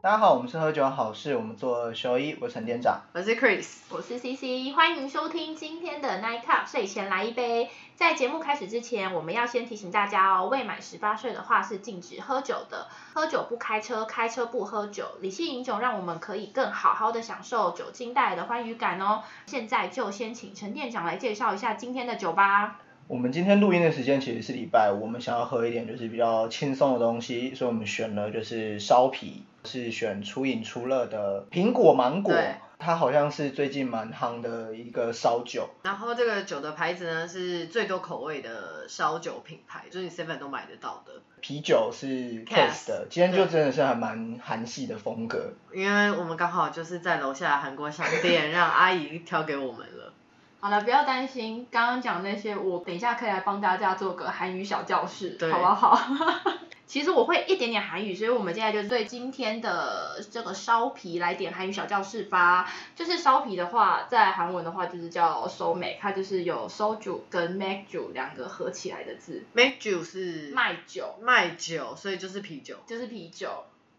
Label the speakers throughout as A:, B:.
A: 大家好，我们是喝酒好事，我们做二休一，我是陈店长。
B: 我是 Chris。
C: 我是 CC，欢迎收听今天的 Night Cup 睡前来一杯。在节目开始之前，我们要先提醒大家哦，未满十八岁的话是禁止喝酒的，喝酒不开车，开车不喝酒。理性饮酒让我们可以更好好的享受酒精带来的欢愉感哦。现在就先请陈店长来介绍一下今天的酒吧。
A: 我们今天录音的时间其实是礼拜五，我们想要喝一点就是比较轻松的东西，所以我们选了就是烧啤，是选初饮初乐的苹果芒果
B: 对，
A: 它好像是最近蛮夯的一个烧酒。
B: 然后这个酒的牌子呢是最多口味的烧酒品牌，就是你 Seven 都买得到的。
A: 啤酒是
B: Cass，
A: Case 的，今天就真的是还蛮韩系的风格。
B: 因为我们刚好就是在楼下韩国商店，让阿姨挑给我们了。
C: 好了，不要担心，刚刚讲那些，我等一下可以来帮大家做个韩语小教室，
B: 对
C: 好不好？ 其实我会一点点韩语，所以我们现在就对今天的这个烧皮来点韩语小教室吧。就是烧皮的话，在韩文的话就是叫 s o m a 它就是有 soju 跟 m a j u 两个合起来的字，
B: Make 酒是
C: 卖酒
B: 卖酒，所以就是啤酒。
C: 就是啤酒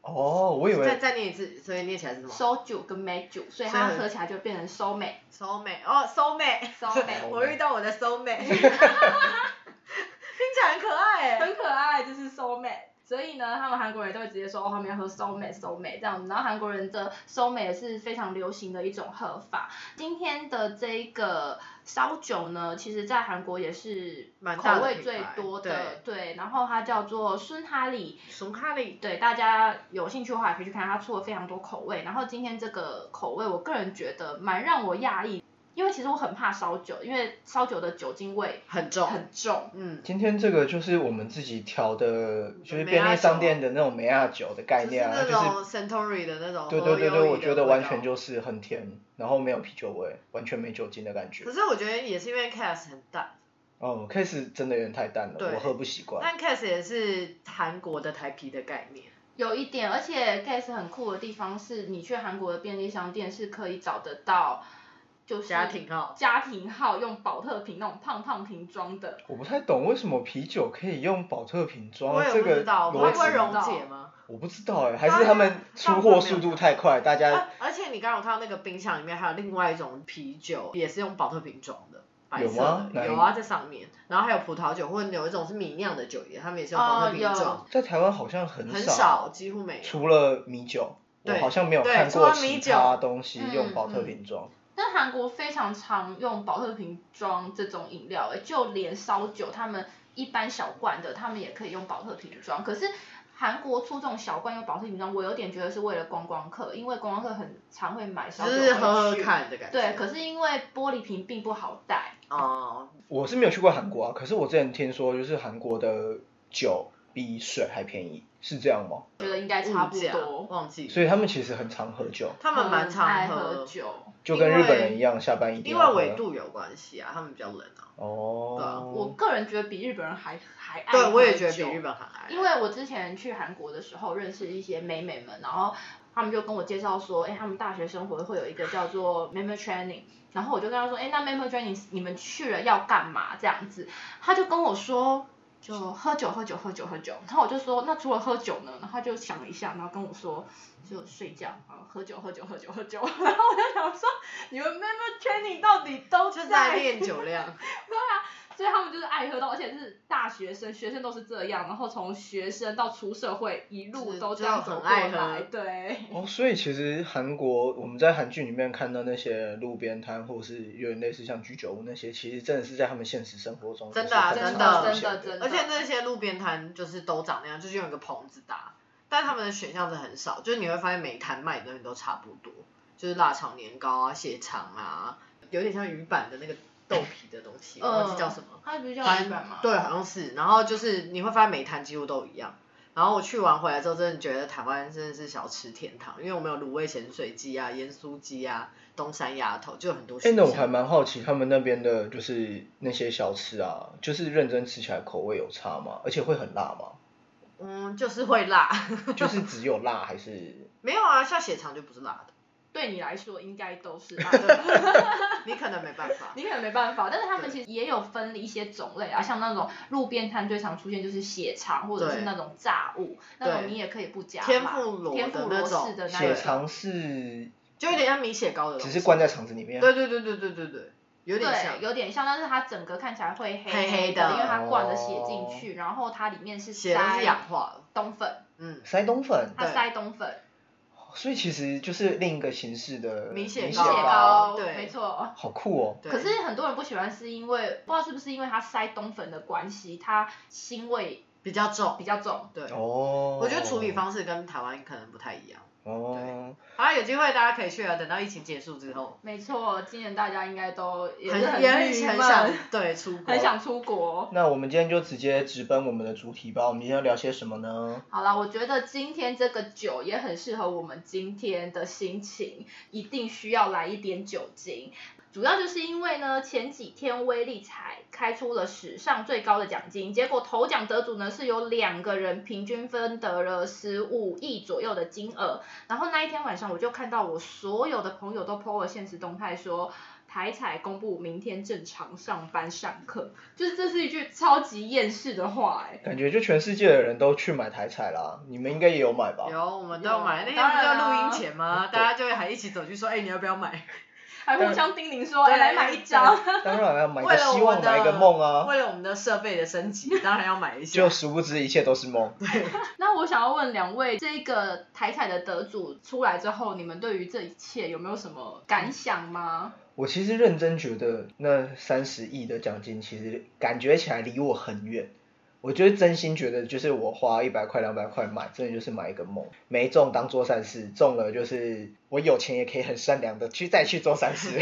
A: 哦，我以
B: 再
A: 为
B: 再念一次，所以念起来是什么？
C: ，soju 跟 m a j u 所以它合起来就变成 s o m a
B: 收美哦，收美，
C: s o m a
B: 我遇到我的收美， 听起来很可爱哎。
C: 很可爱，就是 soul mate。所以呢，他们韩国人都会直接说哦，他们要喝 soul mate soul mate 这样子。然后韩国人的 soul mate 也是非常流行的一种喝法。今天的这个烧酒呢，其实在韩国也是
B: 蛮大的
C: 口味
B: 品
C: 最
B: 牌
C: 多的，对。然后它叫做孙哈里，
B: 熊咖喱，
C: 对大家有兴趣的话也可以去看，它出了非常多口味。然后今天这个口味，我个人觉得蛮让我讶异，因为其实我很怕烧酒，因为烧酒的酒精味
B: 很重，
C: 很重。
B: 嗯，
A: 今天这个就是我们自己调的，就是
B: 梅亚
A: 便利商
B: 酒
A: 店的那种梅亚酒的概念啊，
B: 就是那种 Suntory 的那种
A: 对对对
B: 和优
A: 对，
B: 怡
A: 我
B: 的
A: 觉得
B: 味
A: 完
B: 道
A: 全就是很甜，然后没有啤酒味，完全没酒精的感觉
B: 可。是我觉得也是因为 Cas 很淡，
A: 哦，case 真的有点太淡了，
B: 对
A: 我喝不习惯。
B: 但 Cas 也是韩国的台啤的概念。
C: 有一点，而且 Guess 很酷的地方是，你去韩国的便利商店是可以找得到，就是
B: 家庭号
C: 家庭号用保特瓶那种胖胖瓶装的，
A: 我不太懂为什么啤酒可以用保特瓶装
B: 我也
A: 哦这
B: 不知
A: 个
B: 道，它
A: 逻
B: 会
A: 辑，
B: 溶解吗？
A: 我不知道哎，还是他们出货速度太快，大家
B: 啊而且你刚刚有看到那个冰箱里面还有另外一种啤酒，也是用保特瓶装的，白色
A: 有吗
B: 的，
A: 哪一
B: 有啊，在上面。然后还有葡萄酒，或者有一种是米酿的酒也，他们也是用保特
C: 哦
B: 瓶装，
C: 有，
A: 在台湾好像很
B: 啊很少，几乎没有。
A: 除了米酒，我
B: 对
A: 好像没有
B: 对
A: 看
B: 除
A: 过
B: 了
A: 其
B: 米
A: 他
B: 酒
A: 东西
C: 嗯
A: 用保特
B: 嗯
A: 瓶装。
C: 但韩国非常常用保特瓶装这种饮料、欸，就连烧酒他们一般小罐的，他们也可以用保特瓶装，可是。韩国出这种小罐用保特瓶装，我有点觉得是为了观光客，因为观光客很常会买烧
B: 就
C: 酒
B: 是喝喝
C: 回去
B: 看的感觉。
C: 对，可是因为玻璃瓶并不好带，
B: 哦，
A: 我是没有去过韩国啊，可是我之前听说就是韩国的酒比水还便宜，是这样吗？
C: 觉得应该差不
B: 物价
C: 多。
B: 忘记。
A: 所以他们其实很常喝酒，
B: 他们蛮
C: 爱
B: 常
C: 嗯喝酒，
A: 就跟日本人一
B: 因为
A: 样，下班一定
B: 因
A: 要
B: 为
A: 喝。
B: 纬度有关系啊，他们比较冷啊。对啊
A: 哦，
C: 我个人觉得比日本人还还爱喝
B: 对，
C: 酒。
B: 我也觉得比日本还爱。
C: 因为我之前去韩国的时候认识一些美美们，然后他们就跟我介绍说，哎，他们大学生活会有一个叫做 member training，然后我就跟他说，哎，那 member training 你们去了要干嘛这样子？他就跟我说。就喝酒喝酒喝酒喝酒，然后我就说那除了喝酒呢？然后他就想了一下，然后跟我说就睡觉，然后喝酒喝酒喝酒喝酒， 然后我就想说你们 member training 到底都
B: 就是在练酒 量，
C: 所以他们就是爱喝到，而且是大学生，学生都是这样，然后从学生到出社会一路都这样走过
B: 就是很爱
C: 来
B: 喝，
C: 对，
A: 哦，所以其实韩国我们在韩剧里面看到那些路边摊，或是有点类似像居酒屋那些，其实真的是在他们现实生活中
B: 真的啊
A: 就是很
B: 真
A: 常
B: 的
A: 出现
C: 真的真的
B: 而且那些路边摊就是都长那样，就是用一个棚子搭，但他们的选项是很少，就是你会发现每一摊卖的东西都差不多，就是辣炒年糕啊、血肠啊，有点像鱼板的那个豆皮的东西，我忘记嗯叫什么。
C: 它不是叫
B: 反
C: 日
B: 正
C: 版吗？
B: 对，好像是。然后就是你会发现每一摊几乎都一样。然后我去完回来之后，真的觉得台湾真的是小吃天堂，因为我们有卤味咸水鸡啊、盐酥鸡啊、东山鸭头，就有很多
A: 哎、
B: 选
A: 那
B: 项。
A: 我还蛮好奇，他们那边的就是那些小吃啊，就是认真吃起来口味有差吗？而且会很辣吗？
B: 嗯，就是会辣，
A: 就是只有辣还是？
B: 没有啊，像血肠就不是辣的，
C: 对你来说应该都是辣
B: 对
C: 的。
B: 你可能没办法。
C: 你可能没办法，但是他们
B: 对
C: 其实也有分一些种类啊，像那种路边摊最常出现就是血肠或者是
B: 对
C: 那种炸物，那
B: 对
C: 种你也可以不加
B: 天
C: 嘛
B: 妇罗
C: 天
B: 的
C: 妇
B: 那
C: 罗
B: 种
C: 式的那
A: 血
C: 一种，
A: 肠是
B: 就有点像米血糕的东
A: 只
B: 西。
A: 是关在肠子里面，
B: 对对对对对对对，有点像
C: 对，。有点像，但是它整个看起来会黑
B: 黑黑的
C: 的，因为它灌了血进去，然后它里面是
B: 血都
C: 塞
B: 是氧化了。
C: 冬粉，
B: 嗯，
A: 塞冬粉，
C: 它
B: 对
C: 塞冬粉、
A: 哦所以其实就是另一个形式的
B: 米血
C: 血
B: 糕
A: 糕，
C: 糕，
B: 对
C: 没错。
A: 好酷哦。
B: 对。
C: 可是很多人不喜欢，是因为不知道是不是因为它塞冬粉的关系，它腥味
B: 比较重
C: 比。较重。
B: 对，
A: 哦，
B: 我觉得处理方式跟台湾可能不太一样。
A: 哦，
B: 好，有机会大家可以去啊，等到疫情结束之后，
C: 没错，今年大家应该都也
B: 很
C: 是
B: 也
C: 郁
B: 很
C: 闷
B: 想对出国，
C: 很想出国。
A: 那我们今天就直接直奔我们的主题吧。我们今天要聊些什么呢？
C: 好啦，我觉得今天这个酒也很适合我们今天的心情，一定需要来一点酒精。主要就是因为呢，前几天威力彩开出了史上最高的奖金，结果头奖得主呢是有两个人平均分得了十五亿左右的金额。然后那一天晚上，我就看到我所有的朋友都 PO 了现实动态说。台彩公布明天正常上班上课，就是这是一句超级厌世的话哎、
A: 感觉就全世界的人都去买台彩啦，你们应该也有买吧？
B: 有，我们都有买，那
C: 有
B: 天不
C: 当
B: 是
C: 然
B: 要录音
C: 啊
B: 前吗？大家就会还一起走去说，哎，你要不要买？
C: 还互相叮咛说， 哎，
B: 对
C: 来买一张。
A: 当然要买
B: 为
A: 个
B: 了
A: 希
B: 我
A: 望，
B: 们的
A: 买一个梦啊，
B: 为了我们的设备的升级，当然要买一下。
A: 就殊不知一切都是梦。
C: 那我想要问两位，这个台彩的得主出来之后，你们对于这一切有没有什么感想吗？
A: 我其实认真觉得那三十亿的奖金，其实感觉起来离我很远。我就是真心觉得，就是我花一百块、两百块买，真的就是买一个梦，没中当做善事，中了就是我有钱也可以很善良的去再去做善事。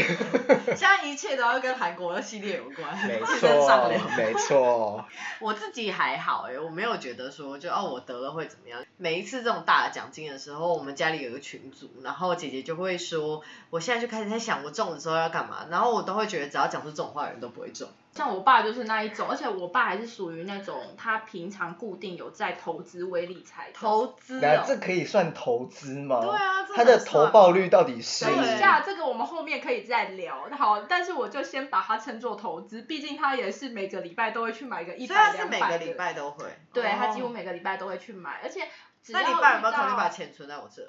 B: 现在一切都要跟韩国的系列有关，
A: 没
B: 竞争上
A: 错
B: 流。，
A: 没错，
B: 我自己还好哎、我没有觉得说就哦我得了会怎么样。每一次这种大的奖金的时候，我们家里有一个群组，然后姐姐就会说，我现在就开始在想我中了之后要干嘛，然后我都会觉得只要讲出这种话的人都不会中。
C: 像我爸就是那一种，而且我爸还是属于那种他平常固定有在投资微理财的，
B: 投资
A: 那
B: 哦、
A: 这可以算投资吗？
B: 对啊这
A: 它
B: 能
A: 的投
B: 算
A: 报
B: 吗
A: 率到底是？
C: 等
B: 对
C: 一下，这个我们后面可以再聊。好，但是我就先把它称作投资，毕竟他也是每个礼拜都会去买个一
B: 所以他
C: 百
B: 是
C: 两
B: 每个
C: 百
B: 礼
C: 的，
B: 拜都会。
C: 对他几乎
B: 哦。
C: 每个礼拜都会去买，而且只要
B: 那你爸有没有
C: 遇到
B: 考虑把钱存在我这？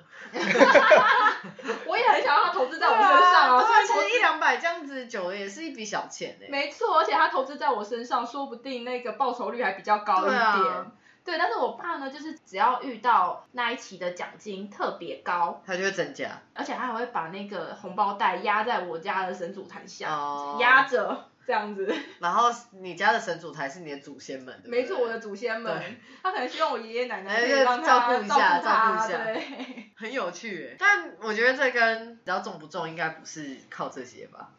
C: 我也很想让他投资在我
B: 对
C: 身上
B: 啊，
C: 所以
B: 其
C: 投
B: 实一
C: 资。
B: 两百这样子久了也是一笔小钱哎、
C: 没错，而且他投资在我身上，说不定那个报酬率还比较高一
B: 对
C: 点。
B: 啊
C: 对，但是我爸呢，就是只要遇到那一期的奖金特别高，
B: 它就会增加。
C: 而且他还会把那个红包袋压在我家的神主坛下，
B: 哦
C: 压着这样子。
B: 然后你家的神主才是你的祖先们，对不对
C: 没错，我的祖先们
B: 对，
C: 他可能希望我爷爷奶奶
B: 哎
C: 可以让他
B: 照顾一下
C: 他
B: 照顾一下
C: 对。
B: 很有趣耶。但我觉得这跟比较重不重应该不是靠这些吧。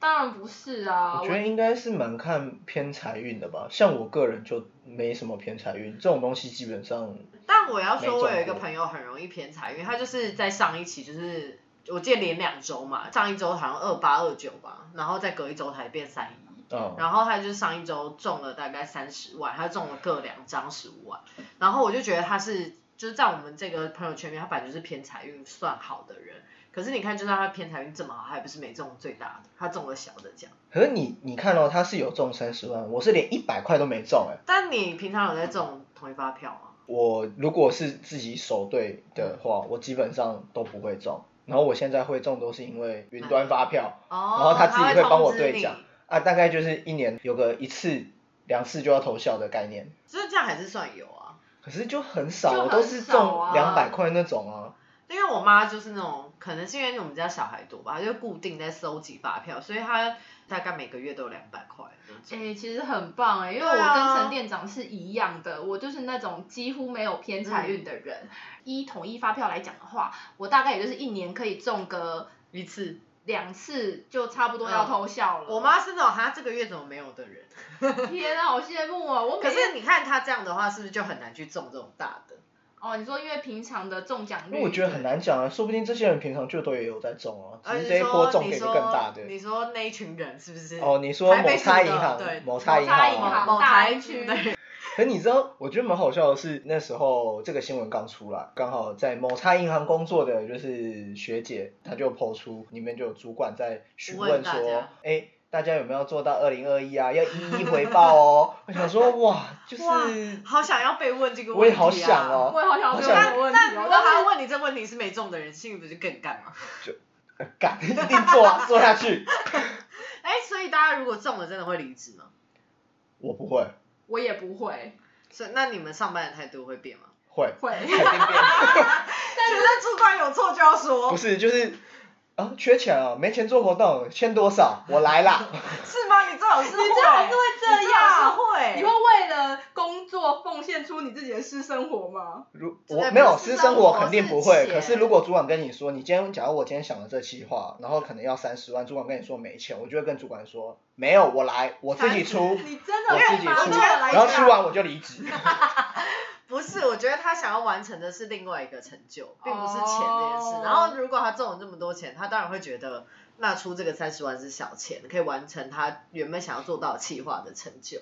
C: 当然不是啊，
A: 我觉得应该是蛮看偏财运的吧，像我个人就没什么偏财运，这种东西基本上
B: 但我要说，我有
A: 没
B: 一个
A: 中过
B: 朋友很容易偏财运，他就是在上一期就是我记得连两周嘛，上一周好像二八二九吧，然后再隔一周才变三一。
A: 嗯，
B: 然后他就是上一周中了大概三十万，他中了各两张十五万，然后我就觉得他是就是在我们这个朋友圈里面，他本来就是偏财运算好的人，可是你看，就算他偏财运这么好，他也不是没中最大的，他中了小的奖。
A: 可是你你看哦，他是有中三十万，我是连一百块都没中哎、
B: 但你平常有在中同一发票吗？
A: 我如果是自己手对的话，我基本上都不会中，然后我现在会中都是因为云端发票
B: 哦，
A: 然后他自己
B: 会
A: 帮我
B: 通知
A: 兑
B: 你
A: 奖，啊，大概就是一年有个一次两次就要投效的概念，
B: 所以这样还是算有啊。
A: 可是就很少，
C: 就很
A: 我都是
C: 少
A: 中
C: 啊
A: 两百块那种啊，
B: 因为我妈就是那种，可能是因为我们家小孩多吧，她就固定在收集发票，所以她大概每个月都有两百块那种。
C: 哎、其实很棒哎、因为我
B: 对啊
C: 跟陈店长是一样的，我就是那种几乎没有偏财运的
B: 嗯
C: 人。一统一发票来讲的话，我大概也就是一年可以中个
B: 一次，
C: 两次，就差不多要偷笑了。
B: 嗯我妈是那种她这个月怎么没有的人，
C: 天啊，好羡慕哦！我每
B: 可
C: 天
B: 是你看她这样的话，是不是就很难去中这种大的？
C: 哦，你说因为平常的中奖
A: 因
C: 率，
A: 为我觉得很难讲啊，说不定这些人平常就都也有在中啊，
B: 而
A: 只是
B: 且
A: 这一波
B: 说
A: 中
B: 你
A: 给的
B: 说
A: 更大的。
B: 呃你说那一群人是不是？
A: 哦，你说
B: 台
A: 某
B: 北
A: 差
B: 市
A: 银
B: 的
A: 行
B: 对，
A: 某
C: 差
A: 差银行
C: 银行
A: 啊，
B: 某
C: 大
B: 台
C: 安区
B: 对，
A: 可你知道，我觉得蛮好笑的是，那时候这个新闻刚出来，刚好在某差银行工作的就是学姐，她就抛出里面就有主管在询
B: 问
A: 问
B: 大
A: 说
B: 家，
A: 哎。大家有没有做到二零二一啊？要一一回报哦。 我想说，哇，就是
B: 哇好想要被问这个
A: 我
B: 问
A: 也
B: 题啊！
A: 好想哦
C: 我也好想
A: 我
C: 问
A: 想
C: 这
B: 但
C: 个问题
B: 但如
C: 哦，
B: 果
C: 但
B: 他
C: 是
B: 问你这问题是没中的人，心里不就更干吗？
A: 呃干，一定做啊，做下去。
B: 哎，所以大家如果中了，真的会离职吗？
A: 我不会，
C: 我也不会，
B: 所以那你们上班的态度会变吗？
A: 会，
C: 会，
A: 肯定变。
B: 觉得主管有错就要
A: 不
B: 说，
A: 是，就是啊，缺钱啊，没钱做活动，欠多少，我来啦。
B: 是吗？你最好是会，
C: 你最好是会这
B: 你最好
C: 样
B: 是会，
C: 你会为了工作奉献出你自己的私生活吗？
A: 如
B: 真的
A: 我
B: 不
A: 没有私
B: 是生
A: 生活
B: 活
A: 肯定
B: 是
A: 不会，
B: 钱
A: 可是如果主管跟你说，你今天假如我今天想了这期话，然后可能要三十万，主管跟你说没钱，我就会跟主管说没有，我来，我自己出，
C: 你真的
A: 我自
C: 会
A: 己
C: 吗？
B: 我
A: 出，
B: 觉啊得来
A: 然后
B: 这
A: 出完我就离 职。
B: 不是，我觉得他想要完成的是另外一个成就，并不是钱这件事。
C: 哦
B: 然后如果他中了这么多钱，他当然会觉得那出这个三十万是小钱，可以完成他原本想要做到企划的成就。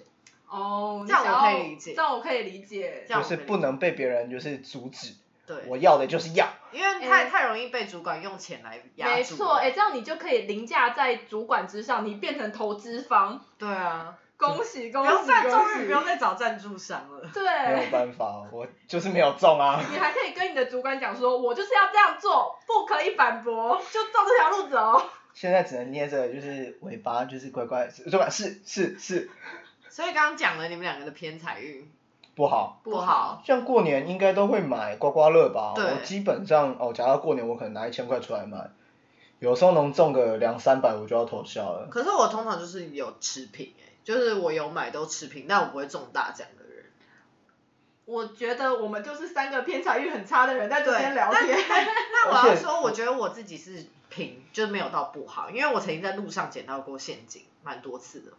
C: 哦，
B: 这样我可以理解
C: 这样我可以理解
B: 这。样
A: 就
B: 我可以
A: 是不能被别人就是阻止，
B: 对，
A: 我要的就是要。
B: 因为太、
C: 哎
B: 太容易被主管用钱来压住。
C: 没错，哎、，这样你就可以凌驾在主管之上，你变成投资方，
B: 对啊，
C: 恭喜
B: 不
C: 恭喜
B: 用赞助，
C: 恭
B: 终于
C: 喜！
B: 不用再找赞助商了。
A: 没
C: 对
A: 有，办法，我就是没有中啊。
C: 你还可以跟你的主管讲说，我就是要这样做，不可以反驳，就照这条路走。
A: 现在只能捏着就是尾巴，就是乖乖，是对吧？是是是，
B: 所以刚刚讲了你们两个的偏财运
A: 不好。
B: 不好，
A: 像过年应该都会买刮刮乐吧？
B: 对
A: 我基本上哦，假如过年我可能拿一千块出来买，有时候能中个两三百我就要投笑了。
B: 可是我通常就是有持平、哎，就是我有买都持平，但我不会中大奖的人。
C: 我觉得我们就是三个偏财运很差的人在这边聊
B: 但
C: 天。
B: 那我要
A: 而且
B: 说，我觉得我自己是平，就是没有到不好，因为我曾经在路上捡到过陷阱，蛮多次的。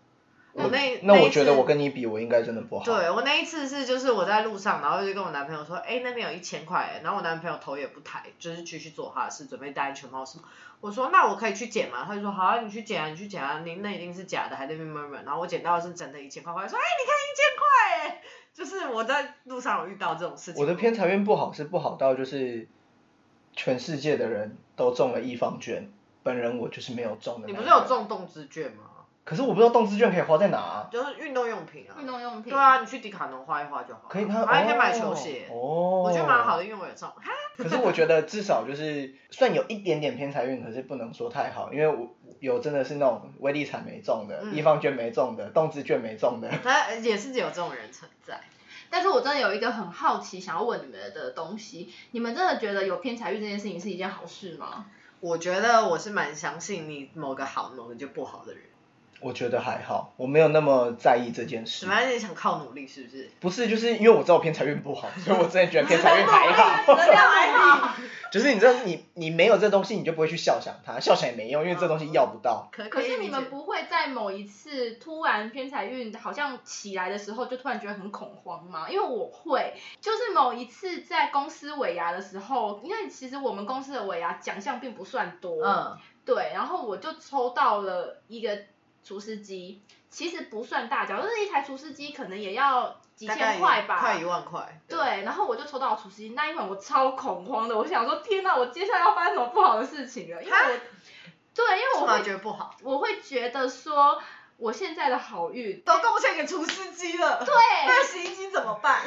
B: 我那
A: 嗯那
B: 一
A: 我觉得
B: 次
A: 我跟你比，我应该真的不好。
B: 对我那一次是就是我在路上，然后就跟我男朋友说，哎、那边有一千块，然后我男朋友头也不抬，就是继续做他的事，准备戴安全帽什么。我说那我可以去捡吗？他就说好、啊，你去捡啊，你去捡啊，你那一定是假的，还在那边闷闷。然后我捡到的是真的一千块，我还说，哎、你看一千块，哎就是我在路上有遇到这种事情。
A: 我的偏财运不好是不好到就是全世界的人都中了一方券，本人我就是没有中的。
B: 你不是有？中动之券吗？
A: 可是我不知道动资券可以花在哪、啊。
B: 就是运动用品啊。
C: 动用
B: 对，啊，你去迪卡侬花一花就好了。
A: 可以他，
B: 然后你可以
A: 哦
B: 买球鞋，
A: 哦，
B: 我觉得蛮好的，因为我有中。哈
A: 可是我觉得至少就是算有一点点偏财运，可是不能说太好，因为我有真的是那种威力彩没中的，
B: 嗯
A: 一方券没中的，动资券没中的。
B: 但也是有这种人存在。
C: 但是我真的有一个很好奇想要问你们的东西，你们真的觉得有偏财运这件事情是一件好事吗？
B: 我觉得我是蛮相信你某个好，某个就不好的人。
A: 我觉得还好，我没有那么在意这件事
B: 什。么？你想靠努力是不是？
A: 不是，就是因为我知道偏财运不好，所以我真的觉得偏财运还 好。
C: 能量还好，
A: 就是你知道你你没有这东西，你就不会去笑想它，笑想也没用，因为这东
B: 嗯
A: 西要不到。
B: 可
C: 可是
B: 以理
C: 你们
B: 解
C: 不会在某一次突然偏财运好像起来的时候，就突然觉得很恐慌吗？因为我会，就是某一次在公司尾牙的时候，因为其实我们公司的尾牙奖项并不算多，，
B: 嗯，
C: 对，然后我就抽到了一个厨师机，其实不算大奖，就是一台厨师机可能也要几
B: 大概
C: 千块吧，
B: 快一万块。
C: 对，然后我就抽到厨师机那一晚，我超恐慌的，我想说天哪，我接下来要发生什么不好的事情了？因为我，对，因为
B: 为什
C: 我
B: 么
C: 会
B: 觉得不好？
C: 我会觉得说我现在的好运，
B: 都贡献给厨师机了，
C: 对，
B: 那洗衣机怎么办？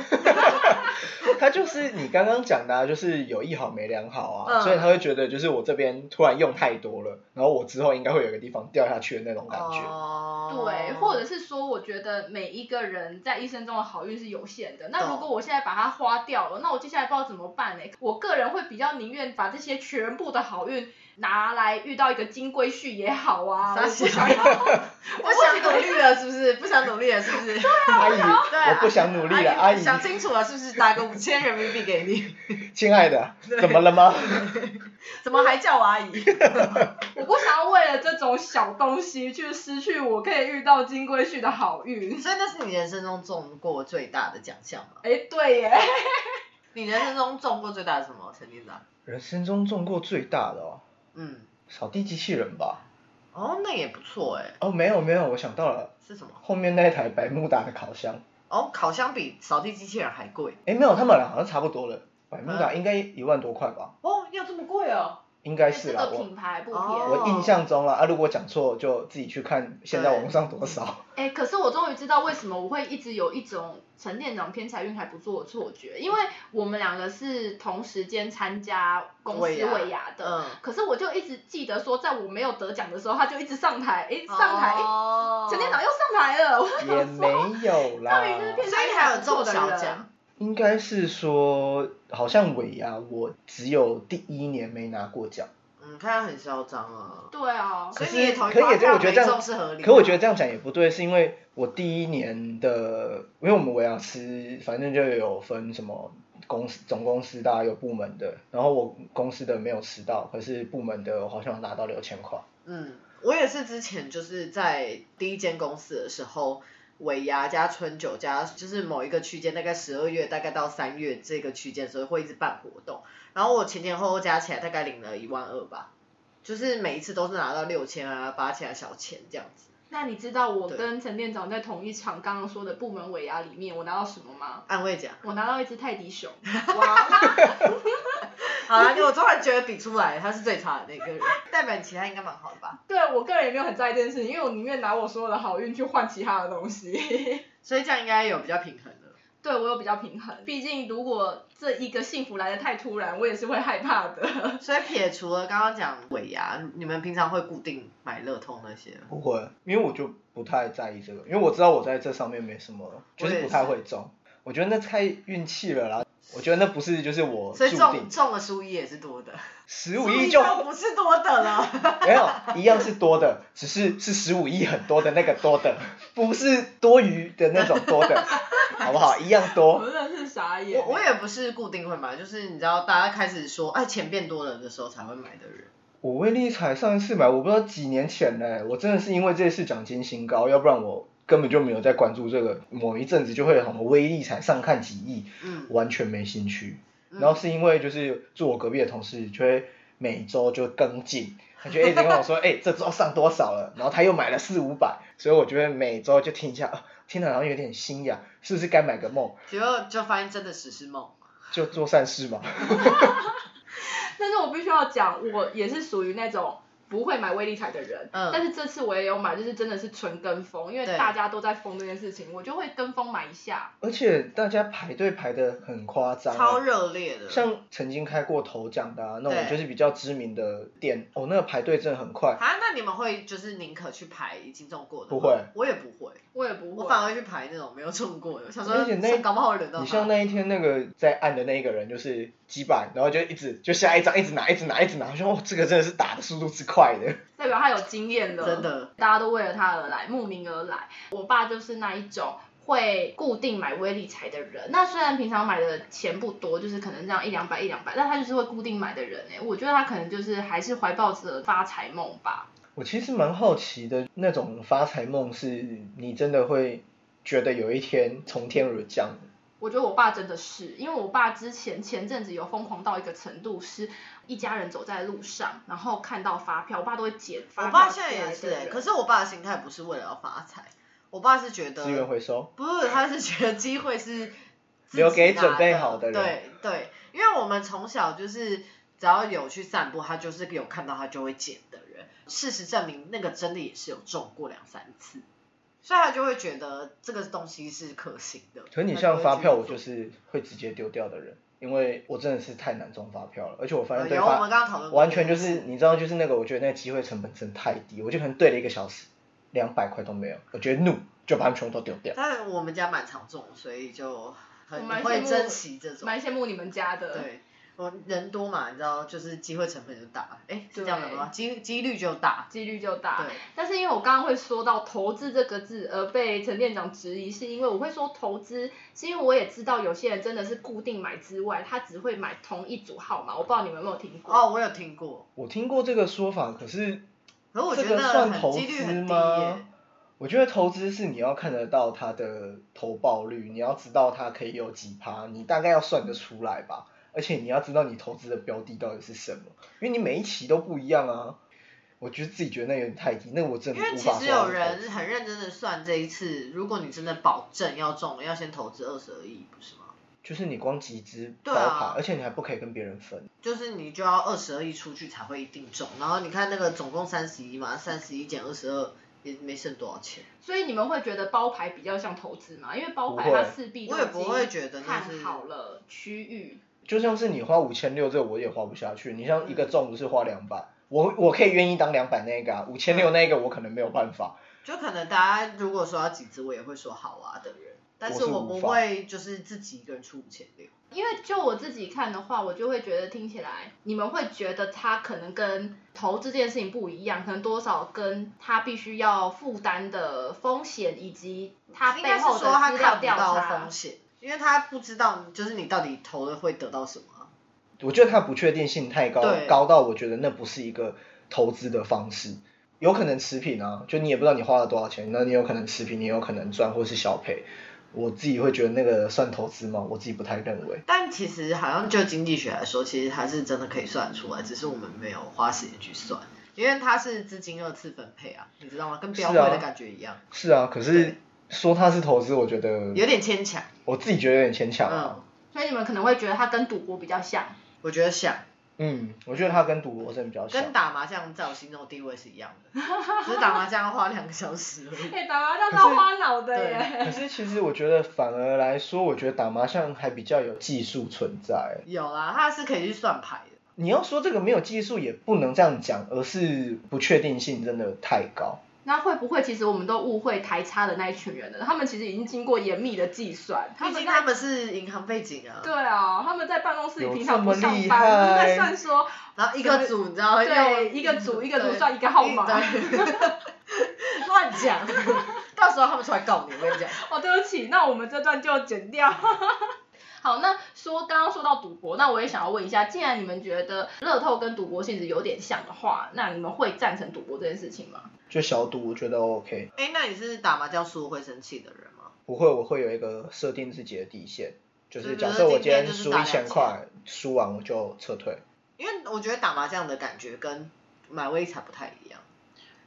A: 它就是你刚刚讲的、啊，就是有一好没两好啊，
B: 嗯
A: 所以他会觉得就是我这边突然用太多了，然后我之后应该会有一个地方掉下去的那种感觉。
B: 哦，
C: 对，或者是说，我觉得每一个人在一生中的好运是有限的。那如果我现在把它花掉了，那我接下来不知道怎么办呢？欸我个人会比较宁愿把这些全部的好运拿来遇到一个金龟婿也好啊。我
B: 啥
C: 不
B: 洗？
C: 想要，
B: 不想努力了是不是？不想努力了是不是？
A: 阿姨，
B: 对啊
A: 我不想努力了，阿姨，
B: 想清楚了是不是？打个五千人民币 给你，
A: 亲爱的，怎么了吗？
B: 怎么还叫我 阿姨？
C: 我不想要为了这种小东西去失去我可以遇到金龟婿的好 运。
B: 所以那是你人生中中过最大的奖项吗？
C: 哎，对耶，
B: 你人生中中过最大的什么？陈店长？
A: 人生中中过最大的哦，
B: 嗯，
A: 扫地机器人吧？
B: 哦，那也不错哎、
A: 哦，没有没有，我想到了，
B: 是什么？
A: 后面那一台百慕达的烤箱，
B: 哦，烤箱比扫地机器人还贵
A: 哎，没有，他们俩好像差不多了，百慕达应该一万多块吧，
B: 哦，要这么贵哦？
A: 应该是
C: 哎这
A: 啦
C: 个，
A: 我
C: 品牌不
B: 哦
C: 便宜。
A: 我印象中啦，啊，如果讲错就自己去看现在网上多少。
C: 哎、可是我终于知道为什么我会一直有一种陈店长偏财运还不错的错觉，因为我们两个是同时间参加公司
B: 尾牙
C: 尾牙的。
B: 嗯，
C: 可是我就一直记得说，在我没有得奖的时候，他就一直上台，哎、上台，哎
B: 哦
C: 陈、店长又上台了， 我
A: 也没有
C: 他明明就
A: 啦，
C: 是骗
B: 所以还有中小奖，
A: 应该是说，好像尾牙我只有第一年没拿过奖，
B: 嗯，看他很嚣张啊。
C: 对啊，
B: 所以
A: 是
B: 你也同意
A: 可以
B: 刮
A: 这我觉得这样
B: 刮美中是合理的。
A: 可我觉得这样讲也不对，是因为我第一年的，因为我们维亚斯反正就有分什么公司、总公司的啊、有部门的，然后我公司的没有吃到，可是部门的我好像拿到六千块。
B: 嗯，我也是之前就是在第一间公司的时候，尾牙加春酒加就是某一个区间，大概十二月大概到三月这个区间的时候会一直办活动，然后我前前后后加起来大概领了一万二吧，就是每一次都是拿到六千啊、八千啊小钱这样子，
C: 那你知道我
B: 对
C: 跟陈店长在同一场刚刚说的部门尾牙里面，我拿到什么吗？
B: 安慰奖。
C: 我拿到一只泰迪熊。 哇！
B: 好啦，我突然觉得比出来他是最差的那个人，代表你其他应该蛮好的吧？
C: 对我个人也没有很在意这件事情，因为我宁愿拿我所有的好运去换其他的东西。
B: 所以这样应该有比较平衡的。
C: 对我有比较平衡，毕竟如果这一个幸福来的太突然，我也是会害怕的。
B: 所以撇除了刚刚讲尾牙，你们平常会固定买乐通那些吗？
A: 不会，因为我就不太在意这个，因为我知道我在这上面没什么，就
B: 我也
A: 是
B: 是
A: 不太会中。我觉得那太运气了啦，我觉得那不是就是我
B: 所以
A: 注
B: 中
A: 定，
B: 中了输赢也是多的，
A: 十 五亿
B: 输
A: 就
B: 赢都不是多的了。
A: 没有一样是多的，只是是十五亿很多的那个多的，不是多余的那种多的，好不好？一样
C: 我
A: 多。
C: 真的是傻眼。
B: 我我也不是固定会买，就是你知道大家开始说哎钱变多了的时候才会买的人。
A: 我为利彩上一次买，我不知道几年前嘞、我真的是因为这次奖金新高，要不然我根本就没有在关注这个，某一阵子就会很微利彩上看几亿，
B: 嗯，
A: 完全没兴趣。
B: 嗯
A: 然后是因为就是住我隔壁的同事就会每周就跟进，他就一直跟我 说，哎、这周上多少了，然后他又买了四五百，所以我觉得每周就听一下，啊、天哪，好像有点心痒，是不是该买个梦，
B: 结果就发现真的只是梦。
A: 就做善事嘛？
C: 欸但是我必须要讲，我也是属于那种不会买威力彩的人。
B: 嗯
C: 但是这次我也有买，就是真的是纯跟风，因为
B: 对
C: 大家都在疯这件事情，我就会跟风买一下。
A: 而且大家排队排的很夸张、啊
B: 超热烈的，
A: 像曾经开过头奖的、啊、那种，
B: 对
A: 就是比较知名的店，哦，那个排队真的很快。
B: 啊，那你们会就是宁可去排已经中过的？
A: 不会，
B: 我也不会，
C: 我也不会。
B: 我反而会去排那种没有中过的，我想说
A: 而且那
B: 搞不好会轮到他。
A: 你像那一天那个在按的那一个人，就是几百，然后就一直就下一张一直拿，一直拿，一直拿，我说哦，这个真的是打的速度之快的。
C: 代表他有经验了，
B: 真的，
C: 大家都为了他而来，慕名而来。我爸就是那一种会固定买微理财的人，那虽然平常买的钱不多，就是可能这样一两百一两百，但他就是会固定买的人哎、我觉得他可能就是还是怀抱着发财梦吧。
A: 我其实蛮好奇的，那种发财梦是你真的会觉得有一天从天而降？
C: 我觉得我爸真的是，因为我爸之前前阵子有疯狂到一个程度，是一家人走在路上，然后看到发票，我爸都会捡发
B: 我
C: 票
B: 爸现在也
C: 出
B: 是
C: 来的
B: 哎、
C: 人
B: 可是我爸的心态不是为了要发财，我爸是觉得
A: 资源回收？
B: 不是，他是觉得机会是自己
A: 留给
B: 拿
A: 准备好的人
B: 对对，因为我们从小就是只要有去散步，他就是有看到他就会捡的人。事实证明，那个真的也是有中过两三次，所以他就会觉得这个东西是可行的。
A: 可是你
B: 他
A: 像
B: 会
A: 发
B: 去
A: 票，我
B: 做
A: 就是会直接丢掉的人，因为我真的是太难中发票了，而且我发现
B: 呃
A: 对
B: 有我们
A: 发
B: 刚刚讨论过
A: 完
B: 这
A: 全
B: 件
A: 就是
B: 事
A: 你知道，就是那个我觉得那个机会成本真的太低，我就可能对了一个小时，两百块都没有，我觉得怒就把他们全部都丢掉。
B: 但我们家蛮常中，所以就
C: 我
B: 很
C: 蛮羡
B: 会
C: 慕
B: 珍惜这种。
C: 蛮羡慕你们家的，
B: 对，我人多嘛，你知道，就是机会成本就大。哎，是这样的
C: 对
B: 吗？机几率就大。
C: 几率就大。
B: 对，
C: 但是因为我刚刚会说到投资这个字，而被陈店长质疑，是因为我会说投资，是因为我也知道有些人真的是固定买之外，他只会买同一组号码，我不知道你们有没有听过。
B: 哦，我有听过，
A: 我听过这个说法，可是
B: 可是我
A: 这
B: 觉
A: 个
B: 得
A: 算
B: 很
A: 投
B: 几率
A: 资
B: 很低耶
A: 吗。？我觉得投资是你要看得到它的投报率，你要知道它可以有几趴，你大概要算得出来吧。而且你要知道你投资的标的到底是什么，因为你每一期都不一样啊。我觉得自己觉得那有点太低，那我真的
B: 因为
A: 无
B: 其
A: 法
B: 实
A: 说它
B: 有
A: 是投
B: 人
A: 资
B: 很认真的算这一次，如果你真的保证要中了，要先投资二十二亿，不是吗？
A: 就是你光集资包
B: 对
A: 盘，
B: 啊
A: 而且你还不可以跟别人分，
B: 就是你就要二十二亿出去才会一定中，然后你看那个总共三十一嘛，三十一减二十二也没剩多少钱。
C: 所以你们会觉得包牌比较像投资吗？因为包牌
A: 不会
C: 它势必
B: 我也不会
C: 都已经
B: 觉得那
C: 看
B: 是
C: 好了区域，
A: 就像是你花五千六，这我也花不下去。你像一
B: 嗯
A: 个中不是花两百，我我可以愿意当两百那个啊，五
B: 嗯
A: 千六那个我可能没有办法。
B: 就可能大家如果说要集资，我也会说好啊的人，但
A: 我
B: 是
A: 是
B: 我
A: 无
B: 不
A: 法
B: 会就是自己一个人出五千六。
C: 因为就我自己看的话，我就会觉得听起来，你们会觉得它可能跟投资这件事情不一样，可能多少跟它必须要负担的风险以及它
B: 应
C: 背
B: 该是
C: 后
B: 说
C: 的
B: 他
C: 资料
B: 看不
C: 调
B: 到
C: 查
B: 风。险，因为他不知道就是你到底投了会得到什么啊。
A: 我觉得它不确定性太高
B: 对，
A: 高到我觉得那不是一个投资的方式。有可能持平啊，就你也不知道你花了多少钱，那你有可能持平，你有可能赚或是小赔。我自己会觉得那个算投资吗？我自己不太认为。
B: 但其实好像就经济学来说，其实它是真的可以算出来，只是我们没有花时间去算，因为它是资金二次分配啊，你知道吗？跟标会
A: 是啊
B: 的感觉一样，
A: 是啊，可
B: 对
A: 是说它是投资，我觉得
B: 有点牵强。
A: 我自己觉得有点牵强啊。
B: 嗯，
C: 所以你们可能会觉得它跟赌博比较像，
B: 我觉得像
A: 嗯，我觉得它跟赌博真的比较像
B: 跟。打麻将在我心中的地位是一样的，只是打麻将要花两个小时 而已。
C: 哎、打麻将
A: 是要
C: 花脑的
B: 耶对
A: 可是其实我觉得反而来说，我觉得打麻将还比较有技术存在。
B: 有啦，它是可以去算牌的。
A: 你要说这个没有技术，也不能这样讲，而是不确定性真的太高。
C: 那会不会其实我们都误会台差的那一群人了？他们其实已经经过严密的计算，他
B: 毕
C: 们
B: 竟
C: 在
B: 他们是银行背景啊，
C: 对啊，他们在办公室里
A: 有
C: 平
A: 这
C: 常不
A: 么
C: 上
A: 厉
C: 班，他们在
A: 害
C: 算说
B: 然后一个组你知道
C: 对
B: 用嗯
C: 一个组一个组
B: 对
C: 算一个号码
B: 对 乱讲，到时候他们出来告你，我跟你讲。
C: 哦，对不起，那我们这段就剪掉。 好，那说刚刚说到赌博，那我也想要问一下，既然你们觉得乐透跟赌博性质有点像的话，那你们会赞成赌博这件事情吗？
A: 就小赌，我觉得 OK。
B: 哎，那你是打麻将输会生气的人吗？
A: 不会，我会有一个设定自己的底线，就
B: 对
A: 是
B: 对
A: 假
B: 对
A: 设我
B: 今
A: 今
B: 天
A: 天
B: 就是
A: 输
B: 打
A: 一千
B: 2000
A: 块，输完我就撤退。
B: 因为我觉得打麻将的感觉跟买微彩不太一样。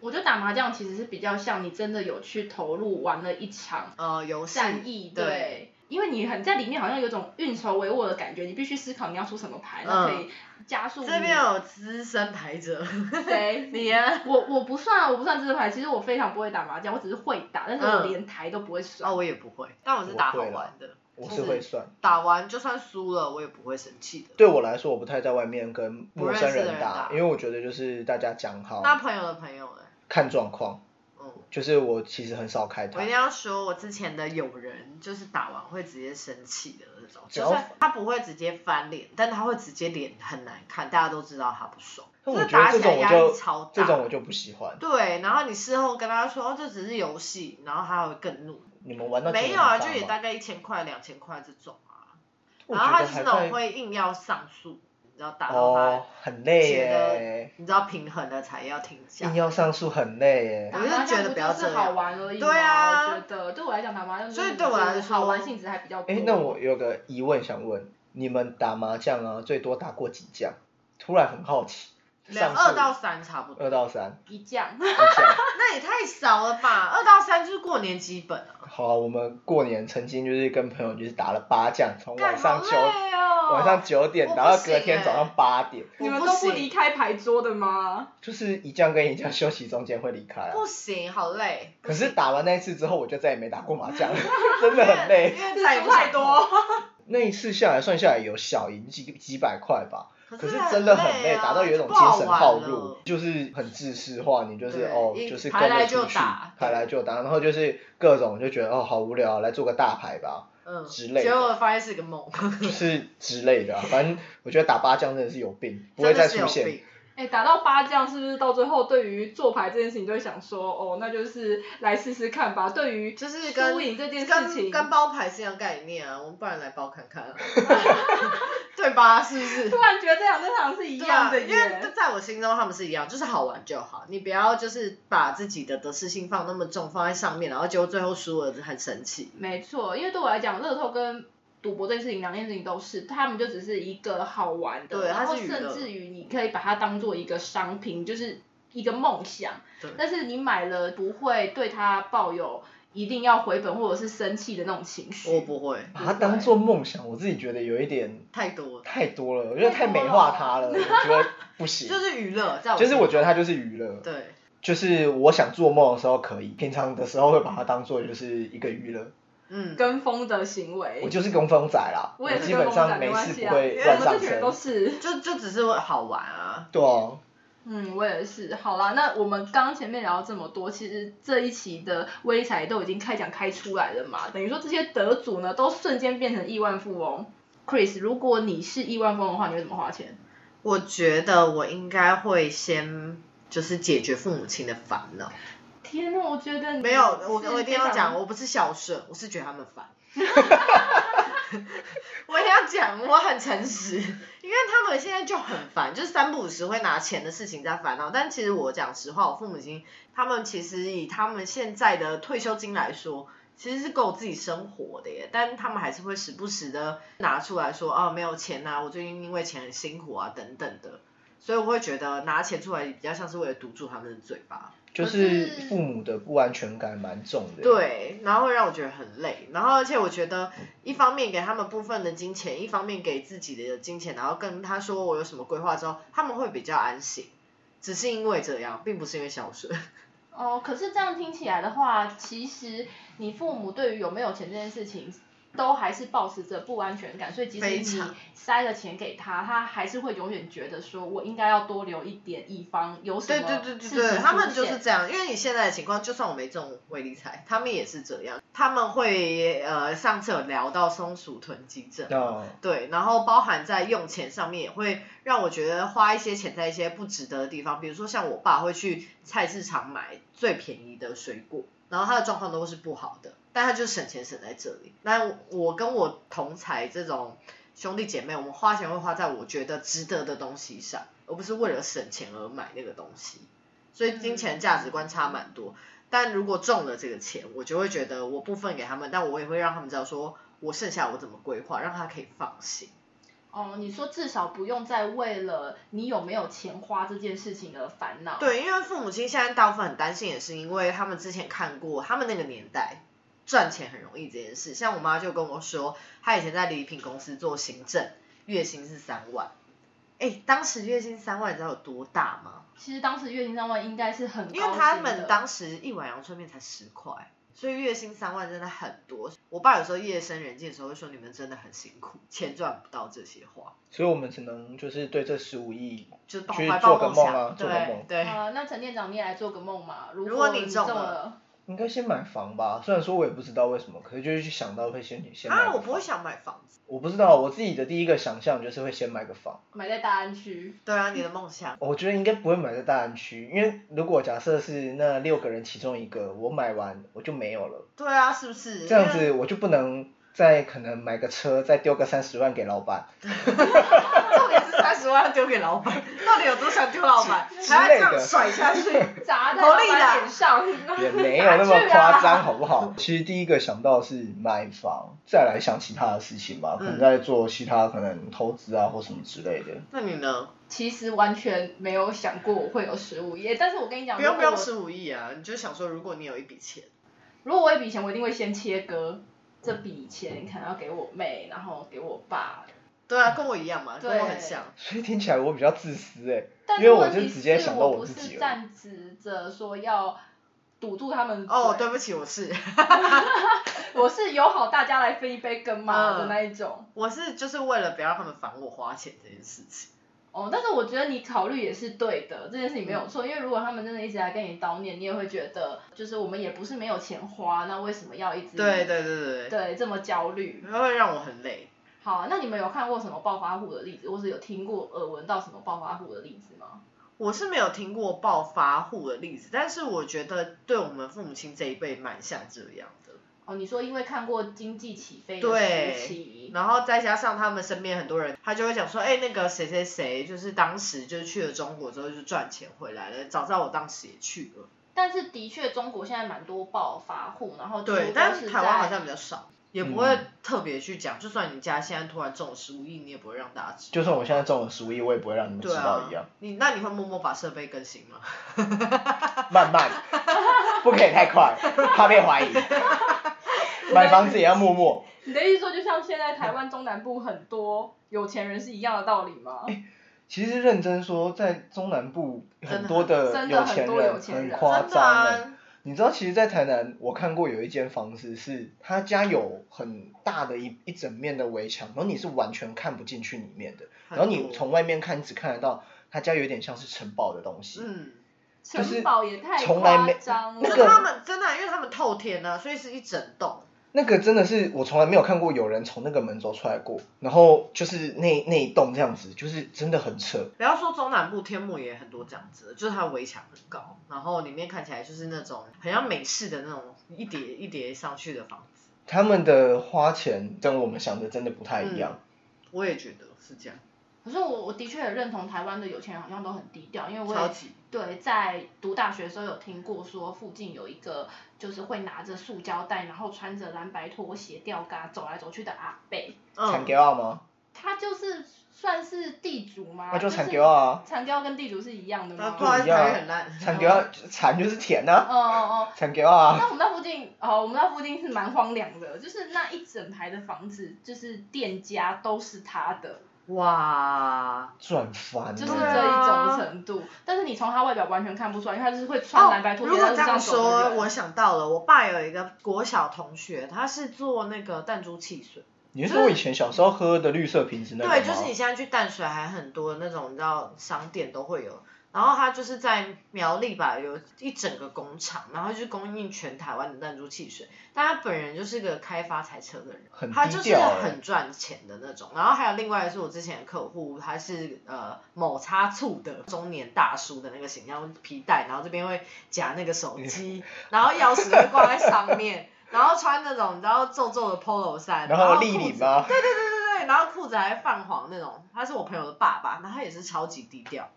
C: 我觉得打麻将其实是比较像你真的有去投入玩了一场
B: 呃，游戏
C: 战役，对。
B: 对，
C: 因为你很在里面，好像有种运筹帷幄的感觉，你必须思考你要出什么牌，那可以加速
B: 这
C: 你
B: 边有资深牌者，
C: 谁
B: 你啊？
C: 我我不算啊，我不算这支牌，其实我非常不会打麻将，我只是会打，但是我
B: 嗯
C: 连台都不会算。
B: 哦，我也不会，但我是打好玩的。
A: 我
B: 就是
A: 会算，
B: 打完就算输了，我也不会生气的。
A: 对我来说，我不太在外面跟陌生
B: 不认识的人打
A: 打，因为我觉得就是大家讲好，
B: 那朋友的朋友呢？
A: 看状况。
B: 嗯，
A: 就是我其实很少开
B: 我一
A: 台
B: 定，要说，我之前的友人就是打完会直接生气的那种，
A: 只
B: 就
A: 要
B: 算他不会直接翻脸，但他会直接脸很难看，大家都知道他不爽，
A: 但我
B: 这
A: 觉得
B: 打
A: 这
B: 起来
A: 种我
B: 压力
A: 就
B: 超大。
A: 这种我就不喜欢。
B: 对，然后你事后跟他说、哦、这只是游戏，然后他会更怒。
A: 你们玩到
B: 没有啊，就也大概一千块、两千块这种啊。然后他就是那种会硬要上诉，你知道打到他，
A: 哦，很累
B: 觉
A: 耶
B: 得，你知道平衡了才要停下
A: 硬。要上诉很累耶
C: 打。
B: 我就
C: 麻
B: 觉
C: 将
B: 得
C: 不
B: 不要
C: 就是
B: 这
C: 好
B: 样
C: 玩而已
B: 对
C: 嘛
B: 啊
C: 我觉得对我来讲打麻将，
B: 所以对我来说
C: 好玩性质还比较多。
A: 哎，那我有个疑问想问，你们打麻将啊，最多打过几将？突然很好奇。
B: 两
A: 上
B: 二
A: 诉呃
B: 到三差不多，
A: 二到三
C: 一将，
A: 一将。
B: 那也太少了吧？二到三就是过年基本啊，
A: 好啊，我们过年曾经就是跟朋友就是打了八将，从晚上九、
B: 干好累哦
A: 晚上九点
B: 我
A: 打到
B: 不
A: 隔
B: 行
A: 天
B: 耶
A: 早上八点，
B: 我
C: 你们
B: 不
C: 都不
B: 行
C: 离开牌桌的吗？
A: 就是一将跟一将休息中间会离开啊。
B: 不行，好累。
A: 可是打完那一次之后，我就再也没打过麻将了， 真的很累。
B: 因为
C: 次
B: 再也
C: 数
B: 不想
C: 太多，
A: 那一次下来算下来有小赢几几百块吧，可
B: 是
A: 是真的很
B: 累
A: 累，
B: 啊，
A: 打到有一
B: 就
A: 种
B: 不
A: 精
B: 好
A: 神
B: 玩
A: 耗
B: 了
A: 弱，就是很自私化，你就是
B: 对
A: 哦，
B: 一
A: 就是
B: 排
A: 跟
B: 来
A: 着
B: 就
A: 出去
B: 打，
A: 排来就打，然后就是各种就觉得哦好无聊啊，来做个大牌吧，
B: 嗯
A: 之类的
B: 结果发现是个梦，
A: 就是之类的啊、反正我觉得打八将真的是有病，不会
B: 真的
A: 再
B: 是
A: 出
B: 有
A: 现。
B: 病。
C: 哎、打到八将是不是到最后对于做牌这件事情就会想说，哦，那就是来试试看吧。对于
B: 就是跟
C: 输赢这件事
B: 跟
C: 情，
B: 跟包牌是一样概念啊，我们不然来包看看、 啊，对吧？是不是
C: 突？然觉得这两这场是啊一
B: 对
C: 样
B: 啊，
C: 的
B: 因
C: 耶。
B: 为在我心中他们是一样，就是好玩就好，你不要就是把自己的得失心放那么重，放在上面，然后结果最后输了很生气。
C: 没错，因为对我来讲，乐透跟赌博这件事情，两件事情都是，他们就只是一个好玩的，
B: 对
C: 然
B: 它
C: 后
B: 是娱乐
C: 甚至于你可以把它当做一个商品，就是一个梦想
B: 对，
C: 但是你买了不会对它抱有一定要回本或者是生气的那种情绪。
B: 我不会，
C: 嗯
A: 把它当做梦想，我自己觉得有一点
B: 太多了，
A: 太多了，我觉得太美化它了，我觉得不 行。
B: 就是娱乐，在我
A: 就是我觉得它
B: 就
A: 就是娱乐，
B: 对
A: 就是我想做梦的时候可以，平常的时候会把它当做就是一个娱乐。
B: 嗯，
C: 跟风的行为，
A: 我就是工风仔啦，
C: 我也是
A: 基本上没
C: 跟风仔
A: 事
C: 没啊
A: 不会
C: 因为
A: 乱
C: 我们
A: 上
C: 这群人
A: 身
C: 都。是。
B: 就就只是会好玩啊，
A: 对啊，
C: 嗯，我也是。好啦，那我们刚刚前面聊了这么多，其实这一期的微彩都已经开奖开出来了嘛，等于说这些得主呢都瞬间变成亿万富翁。Chris，如果你是亿万富翁的话，你会怎么花钱？
B: 我觉得我应该会先就是解决父母亲的烦恼。
C: 天哪，我觉得你
B: 没有， 我我一定要
C: 是非
B: 讲，
C: 常
B: 我不是孝顺，我是觉得他们 烦。我一定要讲，我很诚实，因为他们现在就很烦，就是三不五时会拿钱的事情在烦恼。但其实我讲实话，我父母亲他们其实以他们现在的退休金来说，其实是够自己生活的耶。但他们还是会时不时的拿出来说，哦，没有钱啊，我最近因为钱很辛苦啊，等等的。所以我会觉得拿钱出来比较像是为了堵住他们的嘴巴。
A: 就是
C: 可是
A: 父母的不安全感蛮重的。，
B: 对，然后会让我觉得很累，然后而且我觉得一方面给他们部分的金钱，一方面给自己的金钱，然后跟他说我有什么规划之后，他们会比较安心。只是因为这样，并不是因为孝顺。
C: 哦，可是这样听起来的话，其实你父母对于有没有钱这件事情，都还是保持着不安全感，所以即
B: 非
C: 使你
B: 常
C: 塞了钱给他，他还是会永远觉得说我应该要多留一点，以防有什
B: 对
C: 么
B: 对 对对
C: 事情
B: 对，他们
C: 出
B: 就是
C: 现
B: 这样。因为你现在的情况，就算我没中微理财，他们也是这样。他们会呃，上次有聊到松鼠囤积症，
A: 那
B: 对，然后包含在用钱上面也会让我觉得花一些钱在一些不值得的地方，比如说像我爸会去菜市场买最便宜的水果，然后他的状况都是不好的，但他就省钱省在这里。那我跟我同才这种兄弟姐妹，我们花钱会花在我觉得值得的东西上，而不是为了省钱而买那个东西，所以金钱价值观差蛮多。但如果中了这个钱，我就会觉得我部分给他们，但我也会让他们知道说我剩下我怎么规划，让他可以放心。
C: 哦，你说至少不用再为了你有没有钱花这件事情而烦恼。，
B: 对，因为父母亲现在大部分很担心，也是因为他们之前看过他们那个年代赚钱很容易这件事。像我妈就跟我说，她以前在礼品公司做行政，月薪是三万。哎，当时月薪三万，你知道有多大吗？
C: 其实当时月薪三万应该是很高
B: 因为他
C: 薪
B: 们
C: 的
B: 当时一碗阳春面才十块，所以月薪三万真的很多。我爸有时候夜深人静的时候会说：“你们真的很辛苦，钱赚不到这些话，
A: 所以我们只能就是对这十五亿
B: 就是抱
A: 去
B: 怀
A: 做
B: 抱
A: 个
B: 梦
A: 梦
B: 想。
A: 啊做个
B: 对
A: 梦
B: 对，
C: 好呃了，那陈店长你也来做个梦嘛。如
B: 如果你
C: 你
B: 中
C: 中
B: 了
C: 了，
A: 应该先买房吧。虽然说我也不知道为什么，可是就是去想到会先先买个
B: 啊，
A: 房。
B: 我不会想买房子。
A: 我不知道，我自己的第一个想象就是会先买个房。
C: 买在大安区。
B: 对啊，你的梦想。
A: 我觉得应该不会买在大安区，因为如果假设是那六个人其中一个我买完我就没有了，
B: 对啊，是不是？
A: 这样
B: 因为
A: 子我就不能再可能买个车再丢个三十万给老板
B: 重点是三十万要丢给老 板，到底有多想丢老板？
A: 之
B: 还要这
A: 类
B: 样
A: 的
B: 甩下去？
C: 砸在
B: 合
C: 老
B: 理
C: 板
B: 的
C: 脸上，
A: 也没有那
C: 打去
A: 么
C: 啊
A: 夸张，好不好？其实第一个想到是买房，再来想其他的事情
C: 嗯
A: 吧，可能再做其他可能投资啊或什么之类的。
B: 那你呢？
C: 其实完全没有想过我会有十五亿，但是我跟你讲，
B: 不用
C: 如
B: 不
C: 果
B: 用
C: 我
B: 十五亿啊，你就想说，如果你有一笔钱，
C: 如果我有一笔钱，我一定会先切割这笔钱，可能要给我妹，然后给我爸。
B: 对啊，跟我一样嘛，跟我很
C: 对
B: 像。
A: 所以听起来我比较自私哎、
C: 但
A: 因为
C: 是
A: 我
C: 问
A: 就
C: 题
A: 直接
C: 是
A: 想到
C: 我
A: 我
C: 不
A: 自己
C: 是
A: 了
C: 站直着说要堵住他们的
B: 哦，
C: 嘴
B: 对不起，我是
C: 我是友好大家来分一杯羹嘛的
B: 嗯
C: 那一种。
B: 我是就是为了不要让他们烦我花钱这件事情。
C: 哦，但是我觉得你考虑也是对的，这件事情没
A: 嗯
C: 有错，因为如果他们真的一直来跟你叨念，你也会觉得，就是我们也不是没有钱花，那为什么要一直
B: 对对对对
C: 嗯对这么焦虑？
B: 对，会让我很累。
C: 好，那你们有看过什么暴发户的例子，或是有听过耳闻到什么暴发户的例子吗？
B: 我是没有听过暴发户的例子，但是我觉得对我们父母亲这一辈蛮像这样的。
C: 哦，你说因为看过经济起飞的
B: 对
C: 时期，
B: 然后再加上他们身边很多人，他就会讲说，哎、那个谁谁谁，就是当时就是去了中国之后就赚钱回来了，早知道我当时也去了。
C: 但是的确中国现在蛮多暴发户，然后几乎
B: 对，
C: 都
B: 但
C: 是
B: 台湾好
C: 在嗯
B: 像比较少。也不会特别去讲。就算你家现在突然中了十五亿，你也不会让大家知道。
A: 就算我现在中了十五亿，我也不会让你们知
B: 对
A: 道
B: 啊
A: 一样。，
B: 你那你会默默把设备更新 吗？
A: 慢慢，不可以太快，怕被怀 疑。买房子也要默默。
C: 你的意思说，就像现在台湾中南部很多有钱人是一样的道理吗？
A: 哎其实认真说，在中南部很多
C: 真的
A: 有钱
C: 很多有钱
A: 很
C: 人
A: 夸
B: 真的
A: 张欸
B: 啊，
A: 你知道，其实，在台南，我看过有一间房子是，他家有很大的一一整面的围墙，然后你是完全看不进去里面的，
B: 很
A: 然后你
B: 多
A: 从外面看只看得到他家有点像是城堡的东西，
B: 嗯，
A: 就是
C: 城堡也太
A: 从来
C: 夸
A: 没
C: 张
A: 那
B: 可
A: 个
B: 是他
C: 了。
B: 们真的啊、因为他们透天啊，所以是一整栋。
A: 那个真的是我从来没有看过有人从那个门走出来过，然后就是那那一栋这样子，就是真的很扯，
B: 不要说中南部天幕也很多这样子的，就是它围墙很高，然后里面看起来就是那种很像美式的那种一叠一叠上去的房子。
A: 他们的花钱跟我们想的真的不太一样，
B: 我也觉得是这样，
C: 可是我我的确也认同台湾的有钱人好像都很低调，因为我
B: 超
C: 也
B: 级
C: 对，在读大学的时候有听过说，附近有一个就是会拿着塑胶袋，然后穿着蓝白拖鞋、吊嘎走来走去的阿贝，
A: 产
B: 嗯，
A: 给啊吗？
C: 他就是算是地主吗？
A: 那就产
C: 是
A: 给啊，
C: 产雕跟地主是一样的
B: 那
C: 吗？
B: 不好意
C: 嗯
B: 思，
A: 一样啊
B: 台语很烂。
A: 产给啊，产就是田呐、啊，
C: 哦哦。
A: 产给啊，
C: 那我们那附近，哦，我们那附近是蛮荒凉的，就是那一整排的房子，就是店家都是他的，
B: 哇，
A: 赚翻
C: 就是
B: 对
A: 了。
C: 这一
B: 啊
C: 种程度。但是你从他外表完全看不出来，因为他就是会穿蓝白
B: 哦，
C: 拖
B: 如
C: 鞋
B: 果这
C: 在路
B: 样
C: 上走的
B: 说，
C: 人
B: 我想到了，我爸有一个国小同学，他是做那个弹珠汽水。
A: 你是说我以前小时候喝的绿色瓶子那个吗？
B: 对，就是你现在去淡水还很多那种，你知道商店都会有。然后它就是在苗栗吧，有一整个工厂，然后就是供应全台湾的弹珠汽水。但他本人就是个开发财车的人，
A: 很
B: 他
A: 低
B: 就是
A: 调欸
B: 很赚钱的那种。然后还有另外一个是我之前的客户，他是呃某擦醋的中年大叔的那个形象，皮带，然后这边会夹那个手 机，然后钥匙会挂在上面，然后穿那种你知道皱皱的 polo 衫，
A: 然后立
B: 裤
A: 领
B: 子
A: 吗？
B: 对对对对对，然后裤子还泛黄那种，他是我朋友的爸爸，然后他也是超级低调，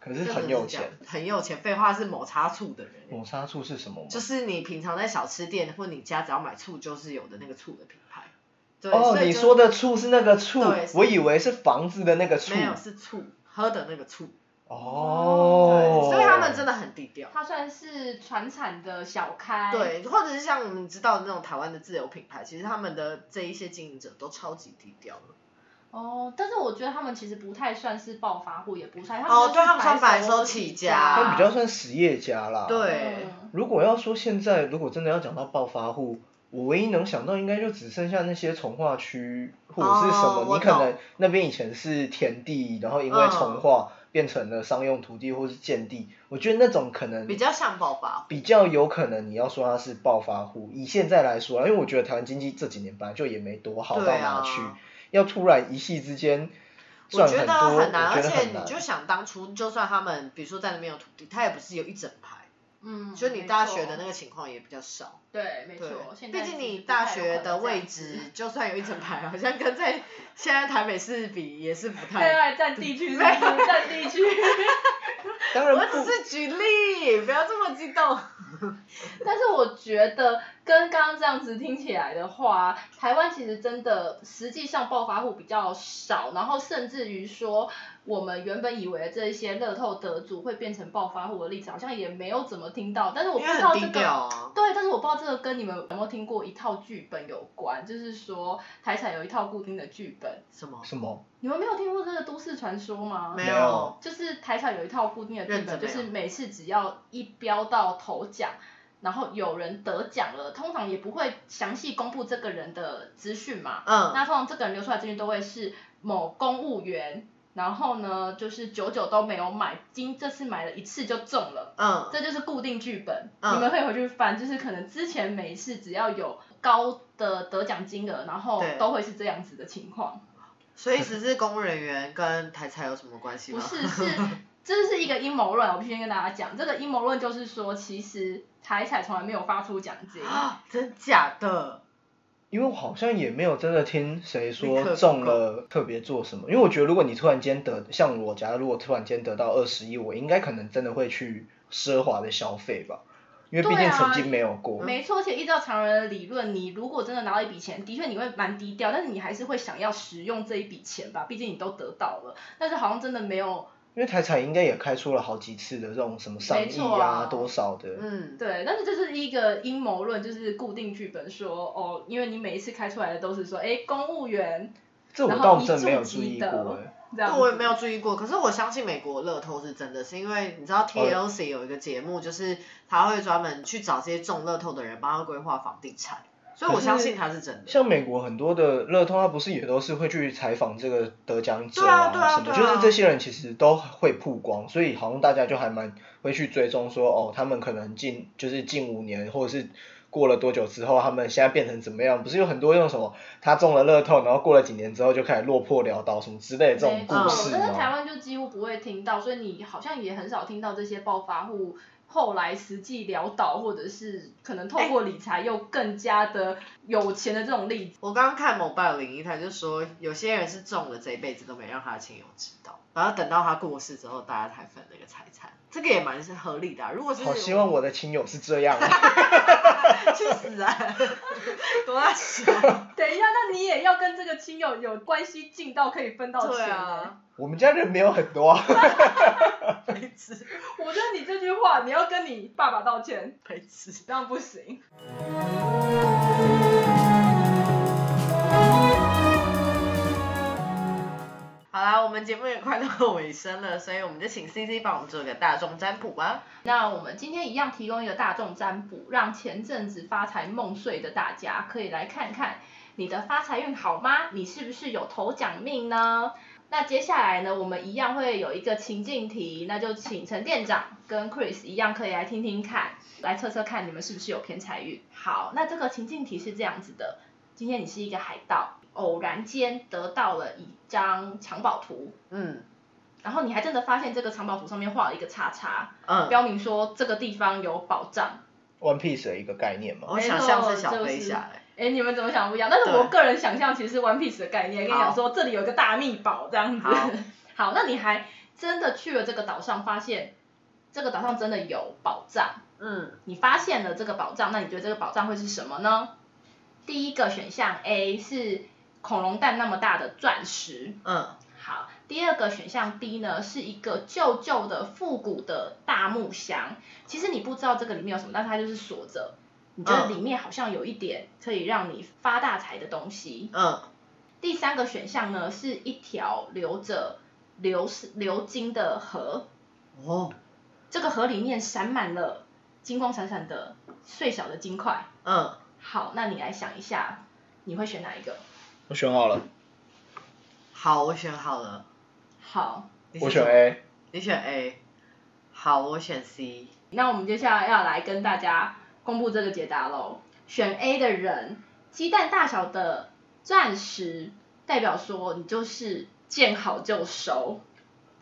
A: 可
B: 真
A: 是
B: 的
A: 很有
B: 是这样
A: 钱。，
B: 很有钱。废话是某茶醋的人，
A: 抹杀醋是什么吗？
B: 就是你平常在小吃店或你家只要买醋，就是有的那个醋的品牌。对，
A: 哦
B: 所，以
A: 你
B: 就
A: 说的醋是那个醋
B: 对，是
A: 我以为是房子的那个醋
B: 没。有是醋喝的那个醋，
A: 哦，
B: 所以他们真的很低调。
C: 他算是船产的小开，，
B: 对，或者是像我们知道的那种台湾的自由品牌，其实他们的这一些经营者都超级低调的。
C: 哦，但是我觉得他们其实不太算是暴发户，也不算，
B: 哦
C: 就是
B: 对他们算白手
C: 手
B: 起
C: 起
B: 家
A: 他们比较算实业家啦。。
B: 对，
C: 嗯
A: 如果要说现在，如果真的要讲到暴发户，我唯一能想到应该就只剩下那些从化区或者是什么，
B: 哦我
A: 你可
B: 懂嗯
A: 能那边以前是田地，然后因为从化变成了商用土地或是建地，我觉得那种可能
B: 比较像暴发户。
A: 比较有可能你要说他是暴发户，以现在来说啊，因为我觉得台湾经济这几年本来就也没多好到
B: 对
A: 哪
B: 啊
A: 去，要突然一夕之间
B: 我
A: 赚
B: 觉
A: 很
B: 得
A: 多，我
B: 难，
A: 觉
B: 而
A: 得
B: 且
A: 很
B: 你
A: 难。
B: 就想当初，就算他们比如说在那边有土地，他也不是有一整排，
C: 嗯，
B: 就你大学的那
C: 个，
B: 个情况也比较少。
C: 对，没
B: 对
C: 错，，现在
B: 毕竟你
C: 是不太
B: 大
C: 有可
B: 学
C: 能
B: 的
C: 这样
B: 位
C: 子
B: 置，就算有一整排，好像跟在现在台北市比也是不
C: 恋
B: 太。
C: 爱占地区， 是不是占地区。
A: 当
B: 我
A: 然
B: 只
A: 不，
B: 是举例，不要这么激动。
C: 但是我觉得跟刚刚这样子听起来的话，台湾其实真的实际上暴发户比较少，然后甚至于说我们原本以为这一些乐透得主会变成暴发户的例子，好像也没有怎么听到。但是我
B: 因
C: 不
B: 为
C: 知道
B: 很
C: 这
B: 低
C: 个
B: 调啊。
C: 对，但是我不知道这个跟你们有没有听过一套剧本有关，就是说台产有一套固定的剧本，
B: 什么？
A: 什么？
C: 你们没有听过这个都市传说吗？
B: 没
A: 有
B: 有。
C: 就是台产有一套固定的剧
B: 认真没
C: 本，就
B: 有
C: 是每次只要一标到头奖，然后有人得奖了，通常也不会详细公布这个人的资讯嘛。
B: 嗯，
C: 那通常这个人流出来的资讯都会是某公务员，然后呢就是久久都没有买，今这次买了一次就中了。
B: 嗯，
C: 这就是固定剧本，
B: 嗯
C: 你们可以回去翻，就是可能之前每一次只要有高的得奖金额，然后
B: 对
C: 都会是这样子的情况。
B: 所以只是公务人员跟台财有什么关系
C: 不
B: 吗？
C: 是，是这是一个阴谋论，我必须先跟大家讲，这个阴谋论就是说，其实台彩从来没有发出奖金，
B: 啊，真假的？
A: 因为我好像也没有真的听谁
B: 立
A: 说
B: 刻
A: 中了特别做什么，因为我觉得如果你突然间得，像我假如如果突然间得到二十亿，我应该可能真的会去奢华的消费吧。因为毕竟
C: 对啊
A: 曾经没有过。
C: 没错，而且依照常人的理论，你如果真的拿到一笔钱，的确你会蛮低调，但是你还是会想要使用这一笔钱吧，毕竟你都得到了。但是好像真的没有
A: 因为台产应该也开出了好几次的这种什么上
C: 没
A: 亿
C: 错
A: 啊
C: 啊
A: 多少的，
B: 嗯，
C: 对，但是这是一个阴谋论，就是固定剧本说哦，因为你每一次开出来的都是说，哎，公务员
A: 这我
C: 然后
A: 倒
C: 一
A: 真没
C: 注
A: 有注
C: 即
A: 意
C: 得哦
A: 过哎。
C: 这
B: 这
C: 样，
B: 我也没有注意过，可是我相信美国乐透是真的，是因为你
A: 哦
B: 知道 TLC 有一个节目，就是他会专门去找这些中乐透的人帮他规划房地产，所以我相信他是真的。
A: 像美国很多的乐透，它不是也都是会去采访这个得奖者
B: 对啊对啊
A: 什么，
B: 对啊
A: 就是这些人其实都会曝光，所以好像大家就还蛮会去追踪说，哦，他们可能近就是近五年或者是过了多久之后，他们现在变成怎么样？不是有很多用什么他中了乐透，然后过了几年之后就开始落魄潦倒什么之类的这种
C: 没
A: 故
C: 错哦
A: 事
C: 嗯但是台
A: 吗？
C: 湾就几乎不会听到，所以你好像也很少听到这些暴发户后来实际潦倒，或者是可能透
A: 哎
C: 过理财又更加的有钱的这种例子。
B: 我刚刚看某拜零一，他就说有些人是中了这一辈子都没让他的亲友知道，然后等到他过世之后，大家才分那个财产，这个也蛮是合理的、啊。如果是
A: 好希望我的亲友是这 样、啊。
B: 去死啊，多大小？
C: 等一下，那你也要跟这个亲友有关系近到可以分到
B: 对
C: 钱、
B: 啊，
A: 我们家人没有很多、啊，
B: 白痴
C: 欸。我觉得你这句话你要跟你爸爸道歉，
B: 白痴。
C: 这样不行。
B: 好啦，我们节目也快到尾声了，所以我们就请 C C 帮我们做个大众占卜啊吧。
C: 那我们今天一样提供一个大众占卜，让前阵子发财梦碎的大家可以来看看你的发财运好吗？你是不是有头奖命呢？那接下来呢，我们一样会有一个情境题，那就请陈店长跟 Chris 一样可以来听听看，来测测看你们是不是有偏财运。好，那这个情境题是这样子的：今天你是一个海盗，偶然间得到了一张藏宝图，
B: 嗯
C: 然后你还真的发现这个藏宝图上面画了一个叉叉，
B: 嗯，
C: 标明说这个地方有宝藏。
A: 《One Piece》的一个概念嘛。
B: 我想象是小飞侠、欸，
C: 哎，你们怎么想不一样？但是
B: 对
C: 我个人想象其实是 One Piece 的概念，跟你
B: 好
C: 讲说这里有一个大秘宝这样子。
B: 好
C: 好那你还真的去了这个岛上，发现这个岛上真的有宝藏。
B: 嗯
C: 你发现了这个宝藏，那你觉得这个宝藏会是什么呢？第一个选项 A 是恐龙蛋那么大的钻石。
B: 嗯
C: 好，第二个选项 D 呢，是一个旧旧的复古的大木箱。其实你不知道这个里面有什么，但是它就是锁着。你觉得
B: 嗯
C: 里面好像有一点可以让你发大财的东西。
B: 嗯
C: 第三个选项呢，是一条流着流流金的河，
B: 哦
C: 这个河里面闪满了金光闪闪的碎小的金块。
B: 嗯，
C: 好，那你来想一下，你会选哪一个？
A: 我选好了，
B: 好，我选好了，
C: 好，
B: 你是
A: 我选
B: 什么
A: A。
B: 你选 A，好，我选 C。
C: 那我们接下来要来跟大家公布这个解答喽。选 A 的人，鸡蛋大小的钻石，代表说你就是见好就收。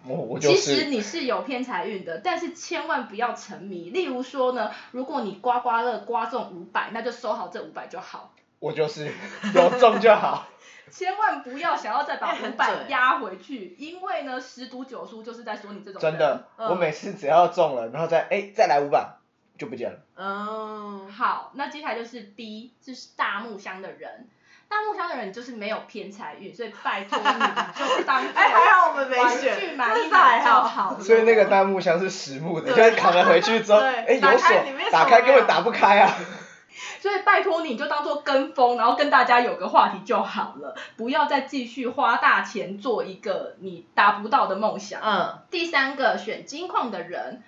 A: 我我就
C: 其实
A: 是
C: 你是有偏财运的，但是千万不要沉迷。例如说呢，如果你刮刮乐刮中五百，那就收好这五百就好，
A: 我就是有中就好。
C: 千万不要想要再把
B: 哎很准
C: 五百压回去，因为呢，十赌九输就是在说你这种人
A: 真的，
B: 嗯
A: 我每次只要中了，然后再哎、再来五百就不见了。
B: 嗯，
C: 好，那接下来就是 B，就是大木箱的人。大木箱的人就是没有偏财运，所以拜 托
B: 嗯
C: 你就当做
B: 哎，还好我们没
C: 玩具
B: 选，
C: 买一
B: 真的还
C: 买就
B: 好。
C: 好了。
A: 所以那个弹幕箱是实木的，
B: 对
A: 现在扛了回去之后，
B: 对
A: 哎、
B: 打
A: 有
B: 开
A: 锁
B: 里面，
A: 打
B: 什么
A: 开根
B: 没
A: 本
B: 有
A: 打不开啊。
C: 所以拜托你就当做跟风，然后跟大家有个话题就好了，不要再继续花大钱做一个你达不到的梦想。
B: 嗯，
C: 第三个选金矿的人，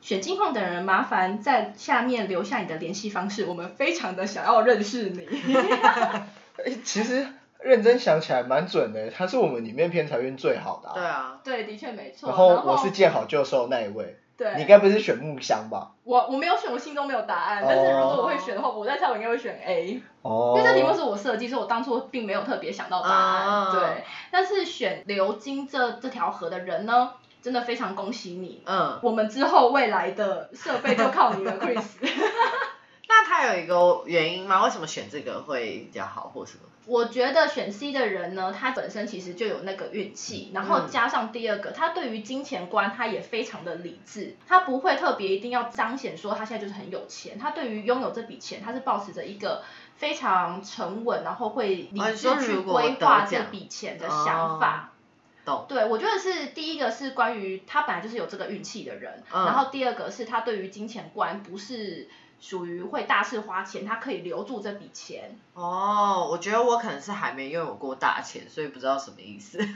C: 选金矿的人，麻烦在下面留下你的联系方式，我们非常的想要认识你。
A: 哎、其实认真想起来蛮准的，他是我们里面偏财运最好的、
B: 对。啊，
C: 对，的确没错。
A: 然
C: 然
A: 后我是见好就收那一位，
C: 对，
A: 你该不是选木箱吧？
C: 我我没有选，我心中没有答案。但是如果我会选的话，我在猜我应该会选 A，、
A: 哦
C: 因为这题目是我设计，所以我当初并没有特别想到答案。
B: 啊
C: 对，但是选流金这这条河的人呢，真的非常恭喜你。
B: 嗯，
C: 我们之后未来的设备就靠你了，Chris。
B: 那还有一个原因吗？为什么选这个会比较好，或什么？
C: 我觉得选 C 的人呢，他本身其实就有那个运气，
B: 嗯
C: 然后加上第二个，他对于金钱观他也非常的理智，他不会特别一定要彰显说他现在就是很有钱，他对于拥有这笔钱，他是保持着一个非常沉稳，然后会理
B: 哦你说
C: 智去
B: 如果
C: 规
B: 得
C: 划这
B: 奖哦
C: 笔钱的想法。
B: 懂
C: 对，我觉得是第一个是关于他本来就是有这个运气的人，
B: 嗯
C: 然后第二个是他对于金钱观不是属于会大肆花钱，他可以留住这笔钱。
B: 哦，我觉得我可能是还没拥有过大钱，所以不知道什么意思。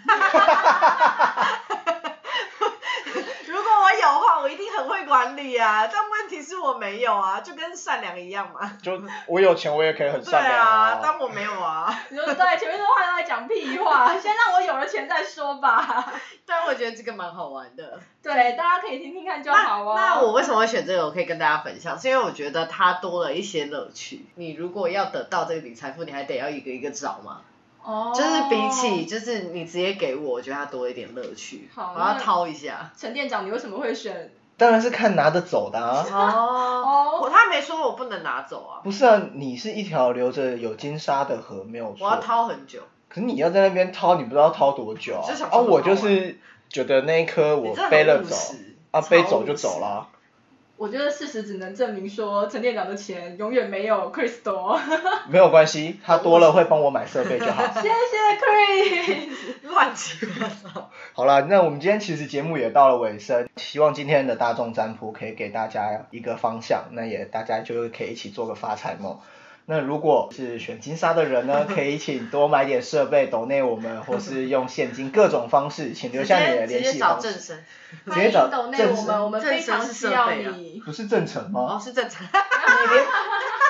B: 如果我有的话，我一定很会管理啊。但问题是我没有啊，就跟善良一样嘛。
A: 就我有钱，我也可以很
B: 对
A: 善良哦
B: 啊，但我没有啊。
C: 你说对，前面的话都在讲屁话， 先让我有了钱再说吧。
B: 但我觉得这个蛮好玩的。
C: 对，大家可以听听看就好哦。
B: 那我为什么会选这个？我可以跟大家分享，是因为我觉得它多了一些乐趣。你如果要得到这个理财富，你还得要一个一个找嘛。
C: 哦，
B: 就是比起就是你直接给我，我觉得它多一点乐趣。
C: 好
B: 我要
C: 那
B: 掏一下。
C: 陈店长，你为什么会选？
A: 当然是看拿得走的啊。
B: 哦。
C: 哦，
B: 我他没说我不能拿走啊，
A: 不是啊，你是一条流着有金沙的河，没有
B: 我要
A: 错。
B: 掏很久。
A: 可是你要在那边掏，你不知道掏多久
B: 就
A: 啊
B: 想。
A: 啊，
B: 说很
A: 我就
B: 好玩
A: 是觉得那一颗
B: 你
A: 我
B: 真的
A: 背
B: 很
A: 了
B: 务
A: 走，
B: 实
A: 啊背
B: 超
A: 走
B: 务
A: 就
B: 实
A: 走啦。
C: 我觉得事实只能证明说，陈店长的钱永远没有 Chris 多。
A: 没有关 系，他多了会帮我买设备就好。
C: 谢谢 Chris。
B: 乱七八糟。
A: 好啦，那我们今天其实节目也到了尾声，希望今天的大众占卜可以给大家一个方向，那也大家就可以一起做个发财梦。那如果是选金沙的人呢，可以请多买点设备，抖内我们，或是用现金各种方式，请留
B: 直
A: 下你的
B: 接直
A: 联
B: 接
A: 系
B: 找
A: 方式
B: 正。神，
A: 直接找
C: 欢迎抖内
A: 正
C: 我
A: 式
C: 们，我们非常需
A: 啊
C: 要
B: 正式设
C: 你。
A: 不是正成
B: 哦
A: 吗？
B: 是正常。
A: 你连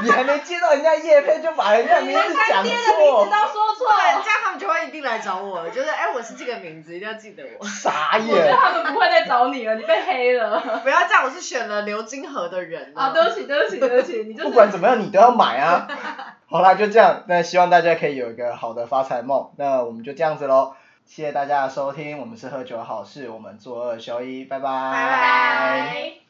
A: 你还没接到人家叶配就把人家名字讲
C: 爹的名字
A: 错，
C: 都说错，
B: 对，这样他们就会一定来找我了，就是哎、我是这个名字，一定要记得 我。
A: 傻
C: 我觉得
A: 眼。
C: 他们不会再找你了，你被黑了。
B: 不要这样，我是选了刘金河的人
C: 啊，对不起，对不起，对不起，你就是
A: 不管怎么样，你都要买啊。好啦，就这样。那希望大家可以有一个好的发财梦。那我们就这样子喽，谢谢大家的收听。我们是喝酒好事，我们做二休一，拜拜。
B: 拜
C: 拜。